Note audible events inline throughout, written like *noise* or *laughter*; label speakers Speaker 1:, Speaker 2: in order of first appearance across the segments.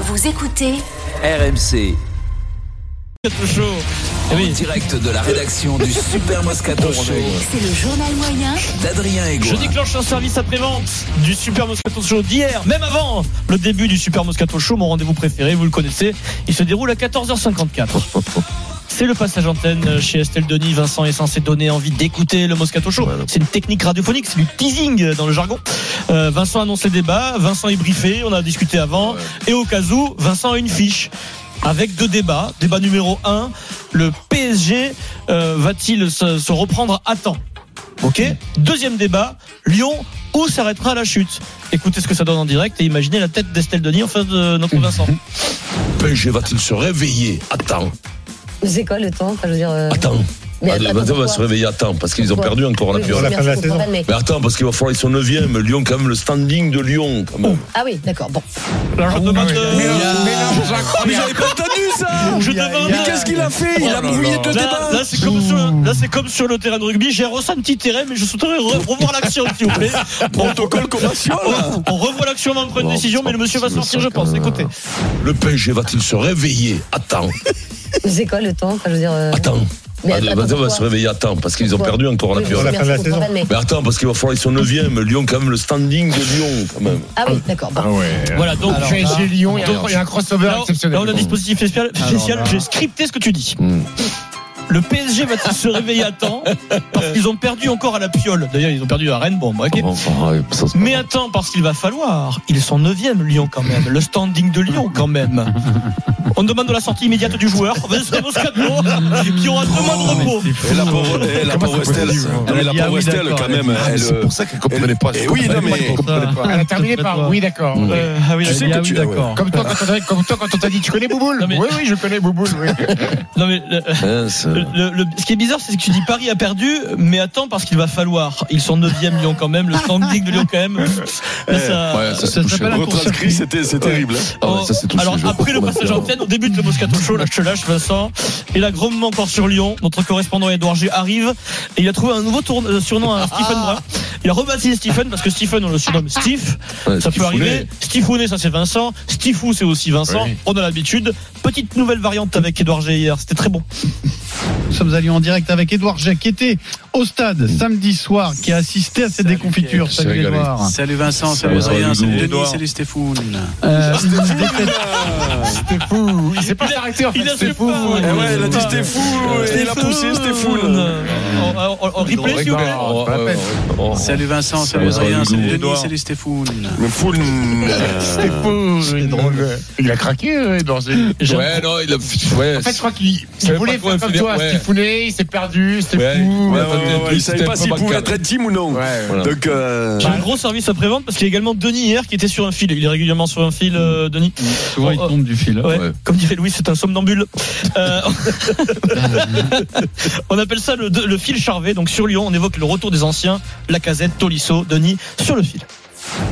Speaker 1: Vous écoutez
Speaker 2: RMC,
Speaker 3: chaud.
Speaker 2: en direct de la rédaction du Super Moscato Show
Speaker 1: C'est le journal moyen
Speaker 2: d'Adrien
Speaker 4: hein.
Speaker 3: Je
Speaker 2: Egoin.
Speaker 3: déclenche un service après-vente du Super Moscato Show d'hier, même avant le début du Super Moscato Show, mon rendez-vous préféré, vous le connaissez. Il se déroule à 14h54. C'est le passage antenne chez Estelle Denis. Vincent est censé donner envie d'écouter le Moscato Show. C'est une technique radiophonique, c'est du teasing dans le jargon. Euh, Vincent annonce les débats, Vincent est briefé, on a discuté avant. Et au cas où, Vincent a une fiche avec deux débats. Débat numéro 1, le PSG euh, va-t-il se, se reprendre à temps Ok Deuxième débat, Lyon, où s'arrêtera la chute Écoutez ce que ça donne en direct et imaginez la tête d'Estelle Denis en face de notre Vincent.
Speaker 5: PSG va-t-il se réveiller à temps
Speaker 6: C'est quoi le temps Enfin, je veux dire, euh,
Speaker 5: À temps.
Speaker 6: mais
Speaker 5: Ah,
Speaker 6: attends,
Speaker 5: Lyon va se
Speaker 6: pourquoi
Speaker 5: réveiller à temps parce qu'ils ont
Speaker 6: Pourquoi
Speaker 5: perdu encore en
Speaker 6: Oui,
Speaker 5: apurant.
Speaker 6: bien sûr, je comprends pas, mais-
Speaker 5: Mais attends, parce qu'il va falloir, ils sont 9e. Lyon, quand même, le standing de Lyon. Quand même.
Speaker 6: Ah oui, d'accord. Bon.
Speaker 3: Alors, je demande, euh,
Speaker 4: Mais j'avais pas entendu ça
Speaker 3: je demande,
Speaker 4: Mais qu'est-ce qu'il a Oh fait Il
Speaker 2: Oh
Speaker 4: a brouillé deux
Speaker 3: Là,
Speaker 4: débats
Speaker 3: là, c'est comme, sur- là, c'est comme sur le terrain de rugby. J'ai ressenti le terrain, mais je souhaiterais re- revoir l'action, s'il vous plaît.
Speaker 4: *laughs*
Speaker 3: On,
Speaker 4: Protocole commercial
Speaker 3: on- on revoit l'action avant de prendre une
Speaker 5: Bon,
Speaker 3: décision, mais le monsieur va
Speaker 5: je
Speaker 3: sortir,
Speaker 5: sens
Speaker 3: je pense.
Speaker 5: que-
Speaker 3: Écoutez.
Speaker 5: Le PSG va-t-il se réveiller à
Speaker 6: *laughs*
Speaker 5: temps
Speaker 6: C'est quoi le temps Enfin, je veux dire, euh,
Speaker 5: À temps.
Speaker 6: mais
Speaker 5: Ah,
Speaker 6: attends,
Speaker 5: Lyon va
Speaker 6: pourquoi
Speaker 5: se réveiller à temps parce qu'ils ont
Speaker 6: Pourquoi
Speaker 5: perdu encore en
Speaker 6: Oui,
Speaker 5: apurant.
Speaker 6: bien sûr, je comprends pas, mais-
Speaker 5: Mais attends, parce qu'il va falloir, ils sont 9e. Lyon, quand même, le standing de Lyon. Quand même.
Speaker 6: Ah oui, d'accord. Bon.
Speaker 3: Voilà, donc.
Speaker 7: PSG Lyon, il y a-
Speaker 3: Ah. donc,
Speaker 7: il y a un crossover
Speaker 3: Là, on-
Speaker 7: exceptionnel.
Speaker 3: là, on a un dispositif spécial. spécial, J'ai scripté ce que tu dis. Le PSG va-t-il se réveiller à *laughs* temps Parce qu'ils ont perdu encore à la piole. D'ailleurs, ils ont perdu à Rennes. Bon, bah, ok. Mais attends, parce qu'il va falloir. Ils sont 9e, Lyon, quand même. Le standing de Lyon, quand même. On demande la sortie immédiate du joueur. Vincent Moscato, qui aura deux mois de repos.
Speaker 4: Et la pauvre, eh, la pauvre Estelle, Non, mais la
Speaker 3: Ah
Speaker 4: pauvre
Speaker 3: oui,
Speaker 4: Estelle
Speaker 3: d'accord.
Speaker 4: quand même, elle.
Speaker 8: C'est pour ça qu'elle comprenait pas.
Speaker 4: eh oui, non, mais.
Speaker 7: Elle a terminé par oui, d'accord.
Speaker 3: Euh, ah oui,
Speaker 4: Tu sais
Speaker 3: ah
Speaker 4: que
Speaker 3: oui,
Speaker 4: tu-
Speaker 3: d'accord.
Speaker 7: Comme toi, quand on t'a- comme toi, quand on t'a dit tu connais Bouboule
Speaker 3: Non, mais-
Speaker 7: Oui, oui, je connais Bouboule. Oui.
Speaker 3: *laughs* Non, mais euh, le-
Speaker 5: Hein,
Speaker 8: Euh,
Speaker 5: c'est-
Speaker 3: le- le- ce qui est bizarre, c'est que tu dis Paris a perdu, mais attends, parce qu'il va falloir. Ils sont 9e, Lyon, quand même. Le standing de Lyon, quand même. Là, ça,
Speaker 8: ouais, ça
Speaker 3: ça
Speaker 8: touche.
Speaker 3: s'appelle un
Speaker 4: Retranscrit,
Speaker 3: court-circuit.
Speaker 4: c'était c'est terrible. hein.
Speaker 8: Ah ouais, ça, c'est touché,
Speaker 3: Alors
Speaker 8: je
Speaker 3: après le
Speaker 8: comprends
Speaker 3: passage
Speaker 8: pas.
Speaker 3: en antenne, on débute le Moscato Show, là je te lâche Vincent. Et là grandement encore sur Lyon, notre correspondant Edouard G arrive et il a trouvé un nouveau tourne- euh, surnom à Stephen Brun. Il a rebaptisé Stephen parce que Stephen on le surnomme Steve,
Speaker 8: Ouais,
Speaker 3: ça peut
Speaker 8: Stifounet.
Speaker 3: arriver. Stifounet ça c'est Vincent, Stifou c'est aussi Vincent, on a l'habitude. Petite nouvelle variante avec Edouard G hier, c'était très bon.
Speaker 9: Nous sommes allés en direct avec Edouard Jacques, qui était au stade samedi soir, qui a assisté à cette déconfiture.
Speaker 8: Pierre.
Speaker 9: Salut
Speaker 8: J'ai régalé.
Speaker 10: *laughs*
Speaker 9: Edouard.
Speaker 10: Salut Vincent, salut
Speaker 8: va,
Speaker 10: Adrien,
Speaker 8: Hugo
Speaker 10: salut Denis,
Speaker 8: Edouard.
Speaker 10: salut Stéphane.
Speaker 9: Euh, une défaite- C'était fou. Il s'est pas
Speaker 3: Il a-
Speaker 9: arrêté en fait.
Speaker 3: il a
Speaker 9: C'était
Speaker 3: fait
Speaker 9: fou.
Speaker 3: pas.
Speaker 9: fou.
Speaker 4: Eh ouais, elle a dit
Speaker 3: pas.
Speaker 4: c'était fou, et il a poussé, c'était fou. là.
Speaker 3: En- En en- en replay s'il vous plaît.
Speaker 8: Oh, oh,
Speaker 5: euh,
Speaker 8: oh, oh.
Speaker 10: Salut Vincent, salut
Speaker 8: va,
Speaker 10: Adrien,
Speaker 8: Hugo
Speaker 10: salut Denis,
Speaker 8: Edouard.
Speaker 10: salut Stéphane.
Speaker 4: Le fou.
Speaker 9: C'était fou.
Speaker 7: Il a craqué, euh, Edouard G.
Speaker 8: Ouais, non, il a. Ouais.
Speaker 7: En fait, je crois qu'il il
Speaker 8: savait
Speaker 7: voulait
Speaker 8: pas quoi
Speaker 7: faire comme
Speaker 8: finir,
Speaker 7: toi,
Speaker 8: ouais.
Speaker 7: Steve Founet, il s'est perdu, c'était
Speaker 8: Ouais,
Speaker 7: fou.
Speaker 8: ouais,
Speaker 4: Ouais, ouais, ouais, ouais, Il savait pas s'il pouvait être team ou non.
Speaker 8: Voilà.
Speaker 4: Donc. euh,
Speaker 3: J'ai un gros service après-vente parce qu'il y a également Denis hier qui était sur un fil. Il est régulièrement sur un fil, euh, Denis.
Speaker 9: Souvent, il tombe du fil. hein.
Speaker 3: Ouais,
Speaker 8: Ouais.
Speaker 3: Comme dirait Louis, c'est un somnambule. Euh, *laughs* on appelle ça le, le fil charvé. Donc sur Lyon, on évoque le retour des anciens, la casette, Tolisso, Denis, sur le fil.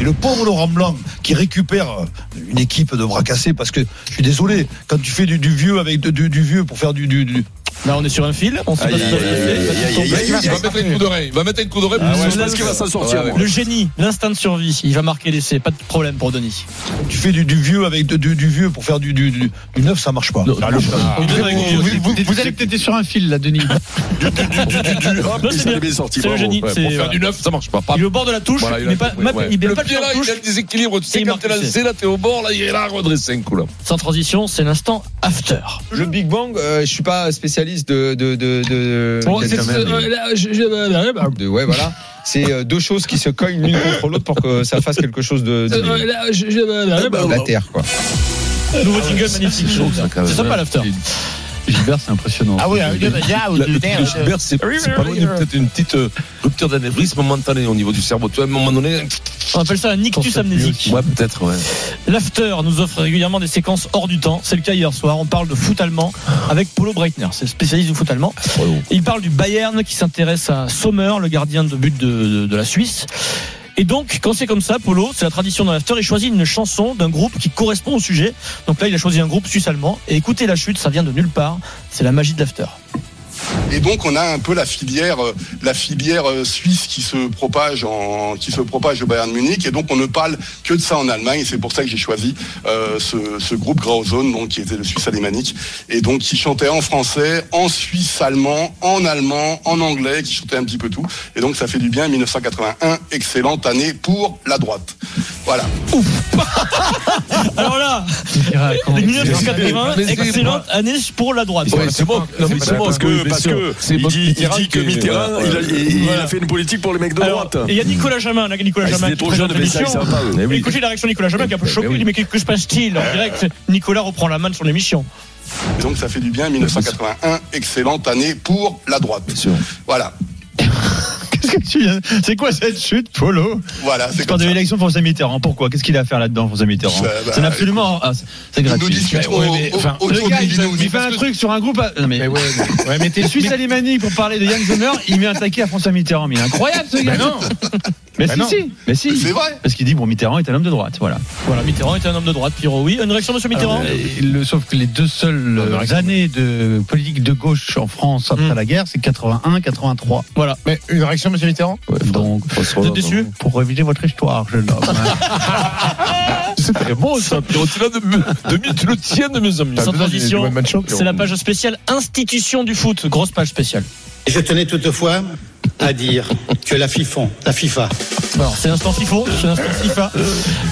Speaker 11: Et le pauvre Laurent Blanc qui récupère euh, une équipe de bras cassés parce que je suis désolé quand tu fais du, du vieux avec de- du, du vieux pour faire du, du, du-
Speaker 3: Là, on est sur un fil. On sait pas
Speaker 4: Aïe,
Speaker 3: ce que ça
Speaker 4: aïe, aïe, aïe, aïe, aïe, aïe.
Speaker 8: Il va mettre une coup d'oreille. Il va mettre une coup d'oreille.
Speaker 4: Ah ouais,
Speaker 8: pour
Speaker 4: je pense qu'il va s'en sortir.
Speaker 8: Ouais,
Speaker 4: moi.
Speaker 3: Le génie, l'instinct de survie, il va marquer l'essai, pas de problème pour Denis.
Speaker 11: tu fais du, du vieux avec de- du, du vieux pour faire du, du, du- du neuf ça marche pas.
Speaker 8: Non,
Speaker 11: Ah, le-
Speaker 3: Il donne avec lui
Speaker 9: Vous,
Speaker 3: aussi.
Speaker 9: vous- vous allez peut-être être sur un fil là, Denis.
Speaker 4: Hop,
Speaker 3: Non,
Speaker 4: il
Speaker 3: c'est
Speaker 4: s'en
Speaker 3: bien.
Speaker 4: est bien sorti.
Speaker 3: C'est le
Speaker 4: bravo.
Speaker 3: génie.
Speaker 8: Pour
Speaker 3: c'est- euh,
Speaker 8: faire du neuf, ça marche pas. Pas-
Speaker 3: Il est au bord de la touche,
Speaker 8: Voilà, il a
Speaker 3: mais pas,
Speaker 8: compris,
Speaker 3: ma-
Speaker 8: ouais.
Speaker 3: il met
Speaker 8: Le
Speaker 3: pas
Speaker 8: pied
Speaker 3: sur
Speaker 8: là,
Speaker 3: la touche.
Speaker 8: il a le déséquilibre. Tu
Speaker 3: Et
Speaker 8: sais,
Speaker 3: il
Speaker 8: quand
Speaker 3: marque
Speaker 8: t'es
Speaker 3: le
Speaker 8: lancé, là, t'es au bord, là, il est là, redressé un coup, là.
Speaker 3: Sans transition, c'est l'instant after.
Speaker 7: Le Big Bang, euh, je suis pas spécialiste de. de, de, de
Speaker 8: Bon, c'est- euh, là, je- je- euh, bah,
Speaker 7: de- ouais, voilà. C'est euh, deux choses qui se cognent l'une contre l'autre pour que ça fasse quelque chose de, de-
Speaker 8: euh, là, je- je- euh, bah,
Speaker 7: de la terre, quoi.
Speaker 3: Nouveau jingle magnifique. C'est sympa l'after.
Speaker 9: Gilbert, c'est impressionnant.
Speaker 10: Ah oui, ah oui,
Speaker 9: Le-
Speaker 10: bah, déjà, au
Speaker 9: le-
Speaker 10: deux
Speaker 9: le-
Speaker 10: terres,
Speaker 9: le-
Speaker 10: euh,
Speaker 9: Gilbert,
Speaker 5: c'est
Speaker 9: oui,
Speaker 5: c'est pas loin d'une- peut-être une petite euh, rupture d'anévrisme momentané au niveau du cerveau. Tu vois, à un moment donné,
Speaker 3: On appelle ça un ictus amnésique.
Speaker 5: ouais, peut-être, ouais.
Speaker 3: L'after nous offre régulièrement des séquences hors du temps. C'est le cas hier soir. On parle de foot allemand avec Polo Breitner. C'est le spécialiste du foot allemand.
Speaker 9: Oh.
Speaker 3: Il parle du Bayern qui s'intéresse à Sommer, le gardien de but de, de- de la Suisse. Et donc, quand c'est comme ça, Polo, c'est la tradition dans l'after, il choisit une chanson d'un groupe qui correspond au sujet. Donc là, il a choisi un groupe suisse-allemand. Et écoutez la chute, ça vient de nulle part. C'est la magie de l'after.
Speaker 12: Et donc on a un peu la filière, euh, la filière euh, suisse qui se propage en, qui se propage au Bayern Munich. Et donc on ne parle que de ça en Allemagne. Et c'est pour ça que j'ai choisi euh, ce, ce groupe Grauzone, donc qui était le Suisse alémanique, et donc qui chantait en français, en suisse allemand, en allemand, en anglais, qui chantait un petit peu tout. Et donc ça fait du bien. 1981, excellente année pour la droite. Voilà.
Speaker 3: Alors là, 1980,
Speaker 5: Mais c'est-
Speaker 3: excellente année pour la droite.
Speaker 5: Ouais, c'est bon. Non, mais c'est bon,
Speaker 4: Parce que,
Speaker 5: oui,
Speaker 4: parce
Speaker 5: bien
Speaker 4: que,
Speaker 5: sûr. C'est
Speaker 4: il
Speaker 5: Bob
Speaker 4: dit, il
Speaker 5: Mitterrand
Speaker 4: dit que
Speaker 5: qui-
Speaker 4: Mitterrand,
Speaker 5: voilà,
Speaker 4: il a,
Speaker 5: ouais.
Speaker 4: il- il
Speaker 5: Voilà.
Speaker 4: a fait une politique pour les mecs de
Speaker 3: Alors,
Speaker 4: droite.
Speaker 3: et il y a Nicolas Jamin, là, Nicolas
Speaker 4: Ah,
Speaker 3: Jamin
Speaker 4: c'était
Speaker 3: qui
Speaker 4: trop
Speaker 3: présente
Speaker 4: jeune, mais ça, ils
Speaker 3: l'émission.
Speaker 4: savent pas, eux.
Speaker 3: Et
Speaker 4: Eh oui.
Speaker 3: Écoutez la réaction de Nicolas Jamin qui est un peu choqué, il dit mais que se passe-t-il En direct, Nicolas reprend la main sur l'émission.
Speaker 12: Et donc ça fait du bien. 1981, excellente année pour la droite. Voilà.
Speaker 9: Qu'est-ce que tu viens C'est quoi cette chute, Polo
Speaker 12: Voilà, c'est
Speaker 9: quand
Speaker 12: comme
Speaker 9: de
Speaker 12: ça.
Speaker 9: l'élection de François Mitterrand. Pourquoi Qu'est-ce qu'il a à faire là-dedans, François Mitterrand
Speaker 12: Euh, bah,
Speaker 9: C'est absolument. Ah, c'est- c'est gratuit.
Speaker 12: Nous discutons
Speaker 9: Ouais, mais,
Speaker 12: au- au-
Speaker 9: enfin,
Speaker 12: autour
Speaker 9: le gars,
Speaker 12: d'une
Speaker 9: il,
Speaker 12: vidéo.
Speaker 9: il fait un truc sur un groupe. à- Non, mais,
Speaker 10: ouais,
Speaker 9: ouais, mais t'es suisse alémanie pour parler de Yann Sommer, il met un taquet à François Mitterrand. Mais il est incroyable ce gars. non Mais
Speaker 10: Bah
Speaker 9: si,
Speaker 10: non.
Speaker 9: si. Mais si.
Speaker 12: C'est vrai.
Speaker 9: Parce qu'il dit, bon, Mitterrand est un homme de droite. Voilà.
Speaker 3: Voilà, Mitterrand était un homme de droite, Pierrot, oui. Une réaction de ce Mitterrand
Speaker 9: Euh, le- sauf que les deux seules euh, années de politique de gauche en France après
Speaker 3: Mm.
Speaker 9: la guerre, c'est 81, 83.
Speaker 3: Voilà.
Speaker 10: Mais une réaction, monsieur Mitterrand
Speaker 9: Donc,
Speaker 3: Vous êtes déçu
Speaker 9: pour réviser votre histoire, jeune homme.
Speaker 8: C'est très bon ça. Pierrot, tu l'as de, de mieux, tu le tiens de mes amis.
Speaker 3: Sans transition, c'est la page spéciale Institution du foot. Grosse page spéciale.
Speaker 10: Je tenais toutefois à dire que la FIFA, la FIFA
Speaker 3: Alors, c'est l'instant FIFO, c'est l'instant FIFA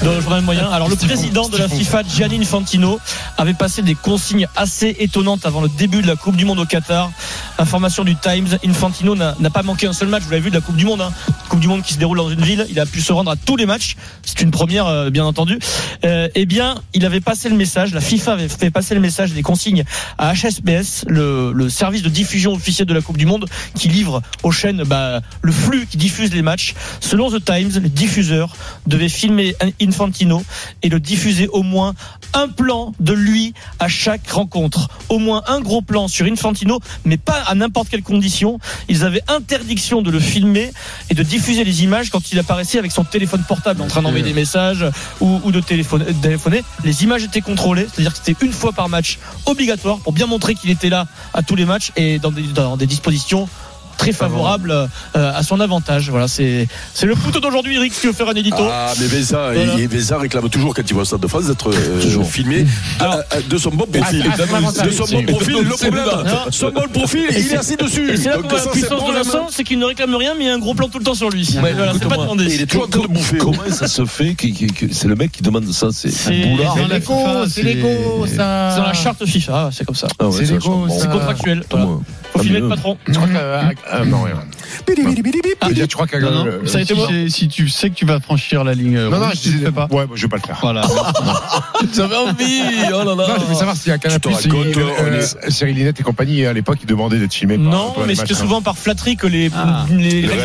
Speaker 3: dans le journal moyen. Alors, le président de la FIFA, Gianni Infantino, avait passé des consignes assez étonnantes avant le début de la Coupe du Monde au Qatar. Information du Times, Infantino n'a n'a pas manqué un seul match, vous l'avez vu, de la Coupe du Monde. hein. Coupe du Monde qui se déroule dans une ville, il a pu se rendre à tous les matchs, c'est une première, euh, bien entendu. Euh, eh bien, il avait passé le message, la FIFA avait fait passer le message des consignes à HSBS, le, le service de diffusion officiel de la Coupe du Monde, qui livre aux chaînes bah, le flux qui diffuse les matchs. Selon The Times, les diffuseurs devaient filmer Infantino et le diffuser au moins un plan de lui à chaque rencontre. Au moins un gros plan sur Infantino, mais pas à n'importe quelle condition. Ils avaient interdiction de le filmer et de diffuser les images quand il apparaissait avec son téléphone portable en train d'envoyer des messages ou, ou de téléphone- euh, téléphoner. Les images étaient contrôlées, c'est-à-dire que c'était une fois par match obligatoire pour bien montrer qu'il était là à tous les matchs et dans des, dans des dispositions très favorables euh, à son avantage. Voilà, c'est c'est le foot d'aujourd'hui, Eric, tu veux faire un édito
Speaker 4: Ah, mais Béza,
Speaker 3: Voilà.
Speaker 4: et- et Béza réclame toujours quand il va au Stade de France d'être euh, filmé
Speaker 3: Alors-
Speaker 4: euh, de son bon profil.
Speaker 10: ah, c'est un avantage.
Speaker 4: De son bon profil, le problème.
Speaker 3: Non.
Speaker 4: Son bon profil, il est assis dessus.
Speaker 3: Et c'est là qu'on
Speaker 4: Donc,
Speaker 3: voit
Speaker 4: ça,
Speaker 3: la
Speaker 4: c'est
Speaker 3: puissance
Speaker 4: bon,
Speaker 3: de
Speaker 4: la main.
Speaker 3: Vincent, c'est qu'il ne réclame rien, mais il y a un gros plan tout le temps sur lui. voilà, c'est pas
Speaker 5: écoute-moi,
Speaker 3: demandé.
Speaker 4: Il est toujours en train de bouffer.
Speaker 5: Comment ça se fait que, que- que- c'est le mec qui demande ça C'est
Speaker 3: C'est
Speaker 5: Boulard.
Speaker 3: c'est
Speaker 10: C'est
Speaker 3: dans la-
Speaker 10: l'égo, c'est l'égo, ça
Speaker 3: c'est dans la charte FIFA, c'est comme ça.
Speaker 5: Ah ouais,
Speaker 10: c'est
Speaker 5: ça,
Speaker 10: l'égo,
Speaker 5: bon,
Speaker 10: ça.
Speaker 5: bon,
Speaker 3: C'est contractuel.
Speaker 5: tant
Speaker 3: Voilà.
Speaker 5: mieux.
Speaker 3: Faut
Speaker 5: Tant
Speaker 3: filmer le
Speaker 5: mieux.
Speaker 3: patron.
Speaker 10: Je crois que. euh, euh, non, ouais, ouais.
Speaker 3: Ah,
Speaker 10: Je crois qu'à.
Speaker 9: Non, non,
Speaker 10: euh,
Speaker 3: ça a été
Speaker 9: si,
Speaker 3: moi.
Speaker 9: c'est- si tu sais que tu vas franchir la ligne. euh,
Speaker 10: Non, non,
Speaker 9: rouge,
Speaker 10: je
Speaker 9: tu le
Speaker 10: disais
Speaker 9: fais pas.
Speaker 10: Ouais, bon, je vais pas le faire.
Speaker 9: Voilà.
Speaker 8: J'avais envie. Oh là là.
Speaker 10: Non, je voulais savoir si à Canal
Speaker 4: te
Speaker 10: Plus,
Speaker 4: racontes,
Speaker 10: il-
Speaker 4: on
Speaker 10: euh, Cyril Linette et compagnie, à l'époque, ils demandaient d'être filmés. par-
Speaker 3: Non,
Speaker 10: par les
Speaker 3: mais c'était
Speaker 10: matchs, hein.
Speaker 3: souvent par flatterie que les, les
Speaker 4: Le
Speaker 3: réalisateurs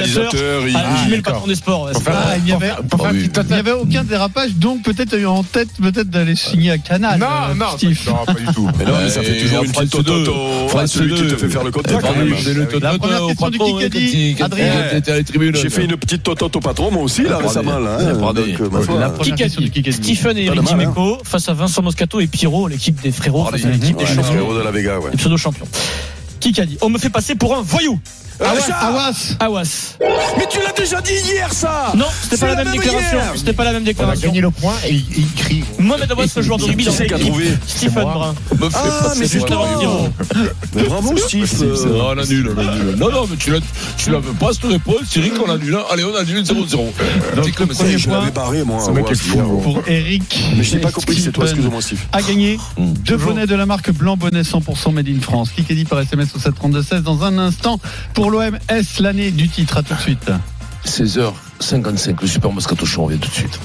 Speaker 4: réalisateur, il-
Speaker 3: ah, filmaient le
Speaker 10: d'accord.
Speaker 3: patron des sports. ouais, c'est
Speaker 10: Pour faire-
Speaker 3: pas-
Speaker 9: Ah, il n'y
Speaker 10: pour
Speaker 9: avait-
Speaker 10: faire- pour
Speaker 5: Ah
Speaker 10: faire un
Speaker 5: oui.
Speaker 10: petit
Speaker 9: Il n'y avait aucun dérapage, donc peut-être tu as eu en tête peut-être d'aller signer à Canal. euh,
Speaker 10: Non, non,
Speaker 9: Steve.
Speaker 10: non, pas du tout.
Speaker 4: Mais non, mais ça
Speaker 5: Ouais,
Speaker 4: fait
Speaker 5: et en
Speaker 4: toujours une
Speaker 5: France
Speaker 4: petite totote
Speaker 5: 2,
Speaker 4: au- à
Speaker 5: France
Speaker 4: celui qui
Speaker 5: 2.
Speaker 4: te fait faire le
Speaker 5: Ah,
Speaker 4: contrat.
Speaker 5: quand
Speaker 4: quand
Speaker 5: même,
Speaker 4: même.
Speaker 5: c'est le
Speaker 9: La première
Speaker 5: totote au
Speaker 9: question du
Speaker 5: patron, hein,
Speaker 9: Kikadi,
Speaker 5: quand il-
Speaker 9: Adrien.
Speaker 5: quand il était à la tribune.
Speaker 4: J'ai fait une petite totote au patron, moi aussi, là,
Speaker 5: Ah,
Speaker 4: récemment. là,
Speaker 5: pardon.
Speaker 4: hein.
Speaker 5: Ah, pardon.
Speaker 4: Donc, euh, ma foi.
Speaker 9: La première
Speaker 3: Kikadi.
Speaker 9: question du Kikadi.
Speaker 3: Stephen et
Speaker 4: Pas de
Speaker 3: Eric
Speaker 4: mal, hein.
Speaker 3: Dimeco face à Vincent Moscato et Pierrot, l'équipe des frérots, face à l'équipe des
Speaker 4: Ouais, les
Speaker 3: champions,
Speaker 4: frérots de la Vega, ouais.
Speaker 3: des pseudo-champions. Qui a dit On me fait passer pour un voyou
Speaker 4: Ah, ça
Speaker 9: Awas
Speaker 3: Awas.
Speaker 4: Mais tu l'as déjà dit hier, ça
Speaker 3: Non, c'était pas la même déclaration.
Speaker 4: hier.
Speaker 3: C'était pas la même
Speaker 10: On a
Speaker 3: déclaration.
Speaker 10: gagné le point et il il crie.
Speaker 3: Mohamed Awas, le joueur de rugby
Speaker 4: Qui
Speaker 3: dans
Speaker 4: c'est qui a
Speaker 3: l'équipe.
Speaker 4: trouvé
Speaker 3: Stephen
Speaker 10: moi.
Speaker 3: Brun.
Speaker 5: Me fait
Speaker 4: Ah, mais
Speaker 5: passer pour Ah,
Speaker 4: juste
Speaker 5: un
Speaker 3: avant
Speaker 5: voyou.
Speaker 3: Pierrot.
Speaker 4: Mais bravo, Steve euh,
Speaker 5: Non, on annule, on annule. Non, non, mais tu l'as- tu l'avais pas cette réponse, Cyril, qu'on annule. Allez, on annule 0-0. C'est comme ça.
Speaker 4: Je l'avais barré, moi.
Speaker 10: Ce mec
Speaker 4: ouais,
Speaker 10: est fou,
Speaker 4: hier,
Speaker 10: gros.
Speaker 4: ouais.
Speaker 9: pour Eric.
Speaker 4: Mais je n'ai pas compris, c'est toi, excuse-moi, Steve.
Speaker 9: A gagné
Speaker 5: Mm.
Speaker 9: deux bonnets de la marque Blanc Bonnet 100% Made in France. Cliquez dit par SMS au 732-16 dans un instant pour l'OM l'année du titre. À tout de suite.
Speaker 5: 16h55, le Super Moscato Show, on revient tout de suite.